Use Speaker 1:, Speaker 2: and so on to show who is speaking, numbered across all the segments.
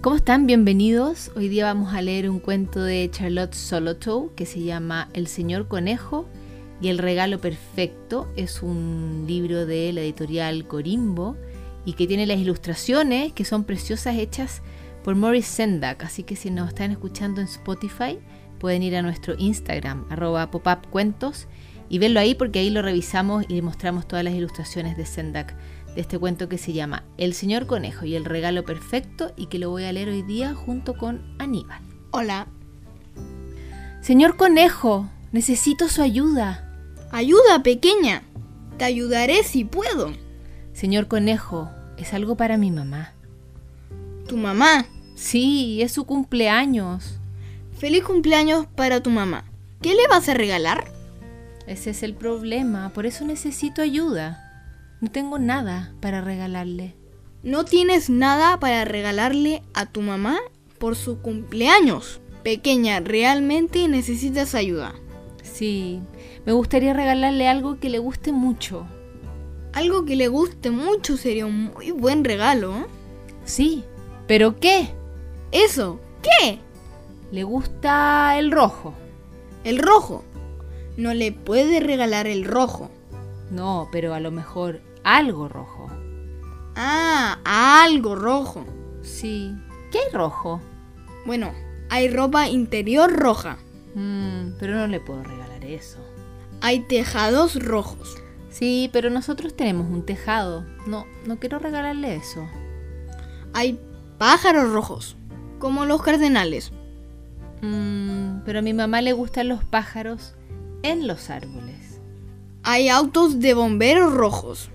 Speaker 1: ¿Cómo están? Bienvenidos. Hoy día vamos a leer un cuento de Charlotte Solotow que se llama El señor conejo y el regalo perfecto. Es un libro de la editorial Corimbo y que tiene las ilustraciones que son preciosas hechas por Morris Sendak. Así que si nos están escuchando en Spotify, pueden ir a nuestro Instagram, arroba popupcuentos, y verlo ahí porque ahí lo revisamos y le mostramos todas las ilustraciones de Sendak de este cuento que se llama El señor conejo y el regalo perfecto y que lo voy a leer hoy día junto con Aníbal.
Speaker 2: Hola.
Speaker 1: Señor conejo, necesito su ayuda.
Speaker 2: Ayuda pequeña. Te ayudaré si puedo.
Speaker 1: Señor conejo, es algo para mi mamá.
Speaker 2: Tu mamá.
Speaker 1: Sí, es su cumpleaños.
Speaker 2: Feliz cumpleaños para tu mamá. ¿Qué le vas a regalar?
Speaker 1: Ese es el problema, por eso necesito ayuda. No tengo nada para regalarle.
Speaker 2: No tienes nada para regalarle a tu mamá por su cumpleaños. Pequeña, realmente necesitas ayuda.
Speaker 1: Sí, me gustaría regalarle algo que le guste mucho.
Speaker 2: Algo que le guste mucho sería un muy buen regalo. ¿eh?
Speaker 1: Sí, pero ¿qué?
Speaker 2: Eso, ¿qué?
Speaker 1: Le gusta el rojo.
Speaker 2: El rojo. No le puedes regalar el rojo.
Speaker 1: No, pero a lo mejor algo rojo.
Speaker 2: Ah, algo rojo.
Speaker 1: Sí. ¿Qué hay rojo?
Speaker 2: Bueno, hay ropa interior roja.
Speaker 1: Mm, pero no le puedo regalar eso.
Speaker 2: Hay tejados rojos.
Speaker 1: Sí, pero nosotros tenemos un tejado. No, no quiero regalarle eso.
Speaker 2: Hay pájaros rojos, como los cardenales.
Speaker 1: Mm, pero a mi mamá le gustan los pájaros en los árboles.
Speaker 2: Hay autos de bomberos rojos.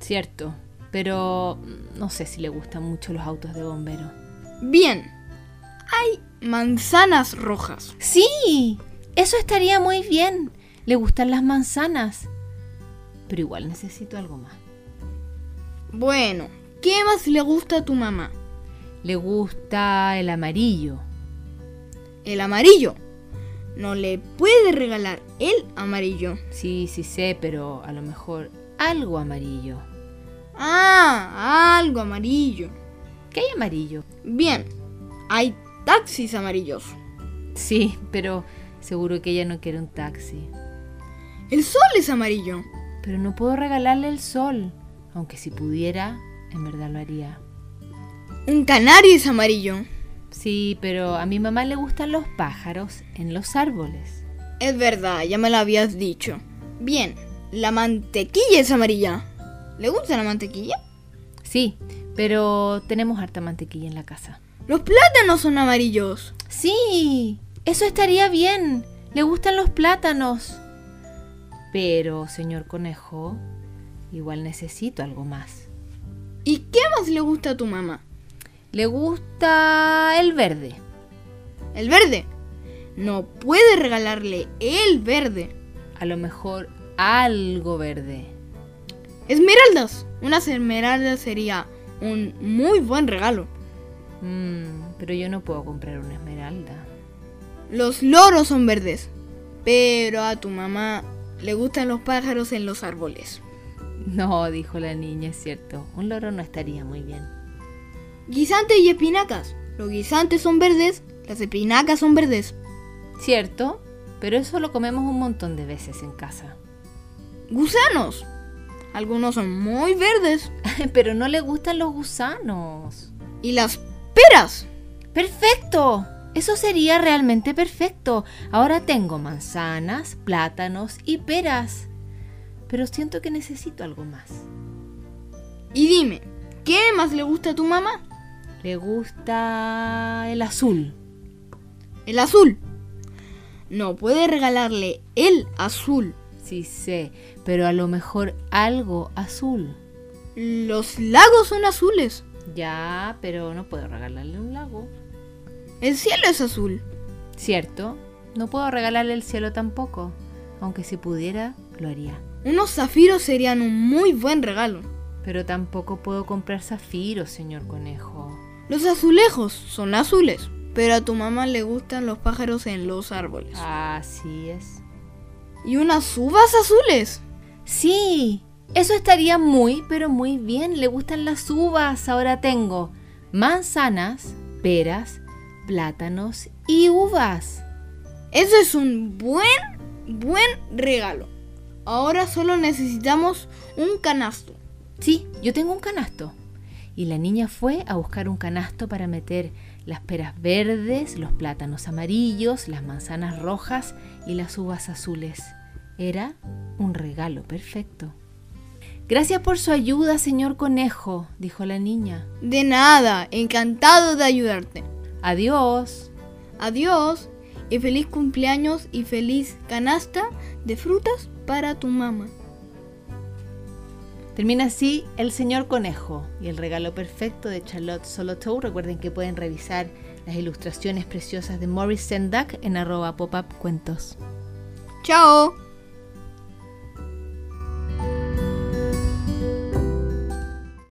Speaker 1: Cierto, pero mm, no sé si le gustan mucho los autos de bomberos.
Speaker 2: Bien. Hay manzanas rojas.
Speaker 1: Sí, eso estaría muy bien. Le gustan las manzanas. Pero igual necesito algo más.
Speaker 2: Bueno, ¿qué más le gusta a tu mamá?
Speaker 1: Le gusta el amarillo.
Speaker 2: El amarillo. No le puedes regalar el amarillo.
Speaker 1: Sí, sí sé, pero a lo mejor algo amarillo.
Speaker 2: Ah, algo amarillo.
Speaker 1: ¿Qué hay amarillo?
Speaker 2: Bien, hay taxis amarillos.
Speaker 1: Sí, pero seguro que ella no quiere un taxi.
Speaker 2: El sol es amarillo.
Speaker 1: Pero no puedo regalarle el sol. Aunque si pudiera, en verdad lo haría.
Speaker 2: Un canario es amarillo.
Speaker 1: Sí, pero a mi mamá le gustan los pájaros en los árboles.
Speaker 2: Es verdad, ya me lo habías dicho. Bien, la mantequilla es amarilla. ¿Le gusta la mantequilla?
Speaker 1: Sí, pero tenemos harta mantequilla en la casa.
Speaker 2: Los plátanos son amarillos.
Speaker 1: Sí, eso estaría bien. Le gustan los plátanos. Pero, señor conejo, igual necesito algo más.
Speaker 2: ¿Y qué más le gusta a tu mamá?
Speaker 1: Le gusta el verde.
Speaker 2: El verde. No puedes regalarle el verde.
Speaker 1: A lo mejor algo verde.
Speaker 2: Esmeraldas. Unas esmeraldas sería un muy buen regalo.
Speaker 1: Mm, pero yo no puedo comprar una esmeralda.
Speaker 2: Los loros son verdes. Pero a tu mamá le gustan los pájaros en los árboles.
Speaker 1: No, dijo la niña, es cierto. Un loro no estaría muy bien.
Speaker 2: Guisantes y espinacas. Los guisantes son verdes, las espinacas son verdes.
Speaker 1: Cierto, pero eso lo comemos un montón de veces en casa.
Speaker 2: Gusanos. Algunos son muy verdes.
Speaker 1: pero no le gustan los gusanos.
Speaker 2: Y las peras.
Speaker 1: Perfecto. Eso sería realmente perfecto. Ahora tengo manzanas, plátanos y peras. Pero siento que necesito algo más.
Speaker 2: Y dime, ¿qué más le gusta a tu mamá?
Speaker 1: Le gusta el azul.
Speaker 2: El azul. No puede regalarle el azul.
Speaker 1: Sí sé, pero a lo mejor algo azul.
Speaker 2: Los lagos son azules.
Speaker 1: Ya, pero no puedo regalarle un lago.
Speaker 2: El cielo es azul.
Speaker 1: Cierto, no puedo regalarle el cielo tampoco. Aunque si pudiera, lo haría.
Speaker 2: Unos zafiros serían un muy buen regalo.
Speaker 1: Pero tampoco puedo comprar zafiros, señor conejo.
Speaker 2: Los azulejos son azules. Pero a tu mamá le gustan los pájaros en los árboles.
Speaker 1: Así es.
Speaker 2: Y unas uvas azules.
Speaker 1: Sí, eso estaría muy, pero muy bien. Le gustan las uvas. Ahora tengo manzanas, peras, plátanos y uvas.
Speaker 2: Eso es un buen, buen regalo. Ahora solo necesitamos un canasto.
Speaker 1: Sí, yo tengo un canasto. Y la niña fue a buscar un canasto para meter las peras verdes, los plátanos amarillos, las manzanas rojas y las uvas azules. Era un regalo perfecto. Gracias por su ayuda, señor conejo, dijo la niña.
Speaker 2: De nada, encantado de ayudarte.
Speaker 1: Adiós.
Speaker 2: Adiós y feliz cumpleaños y feliz canasta de frutas para tu mamá.
Speaker 1: Termina así El Señor Conejo y el regalo perfecto de Charlotte Solotow. Recuerden que pueden revisar las ilustraciones preciosas de Maurice Sendak en arroba popup cuentos.
Speaker 2: ¡Chao!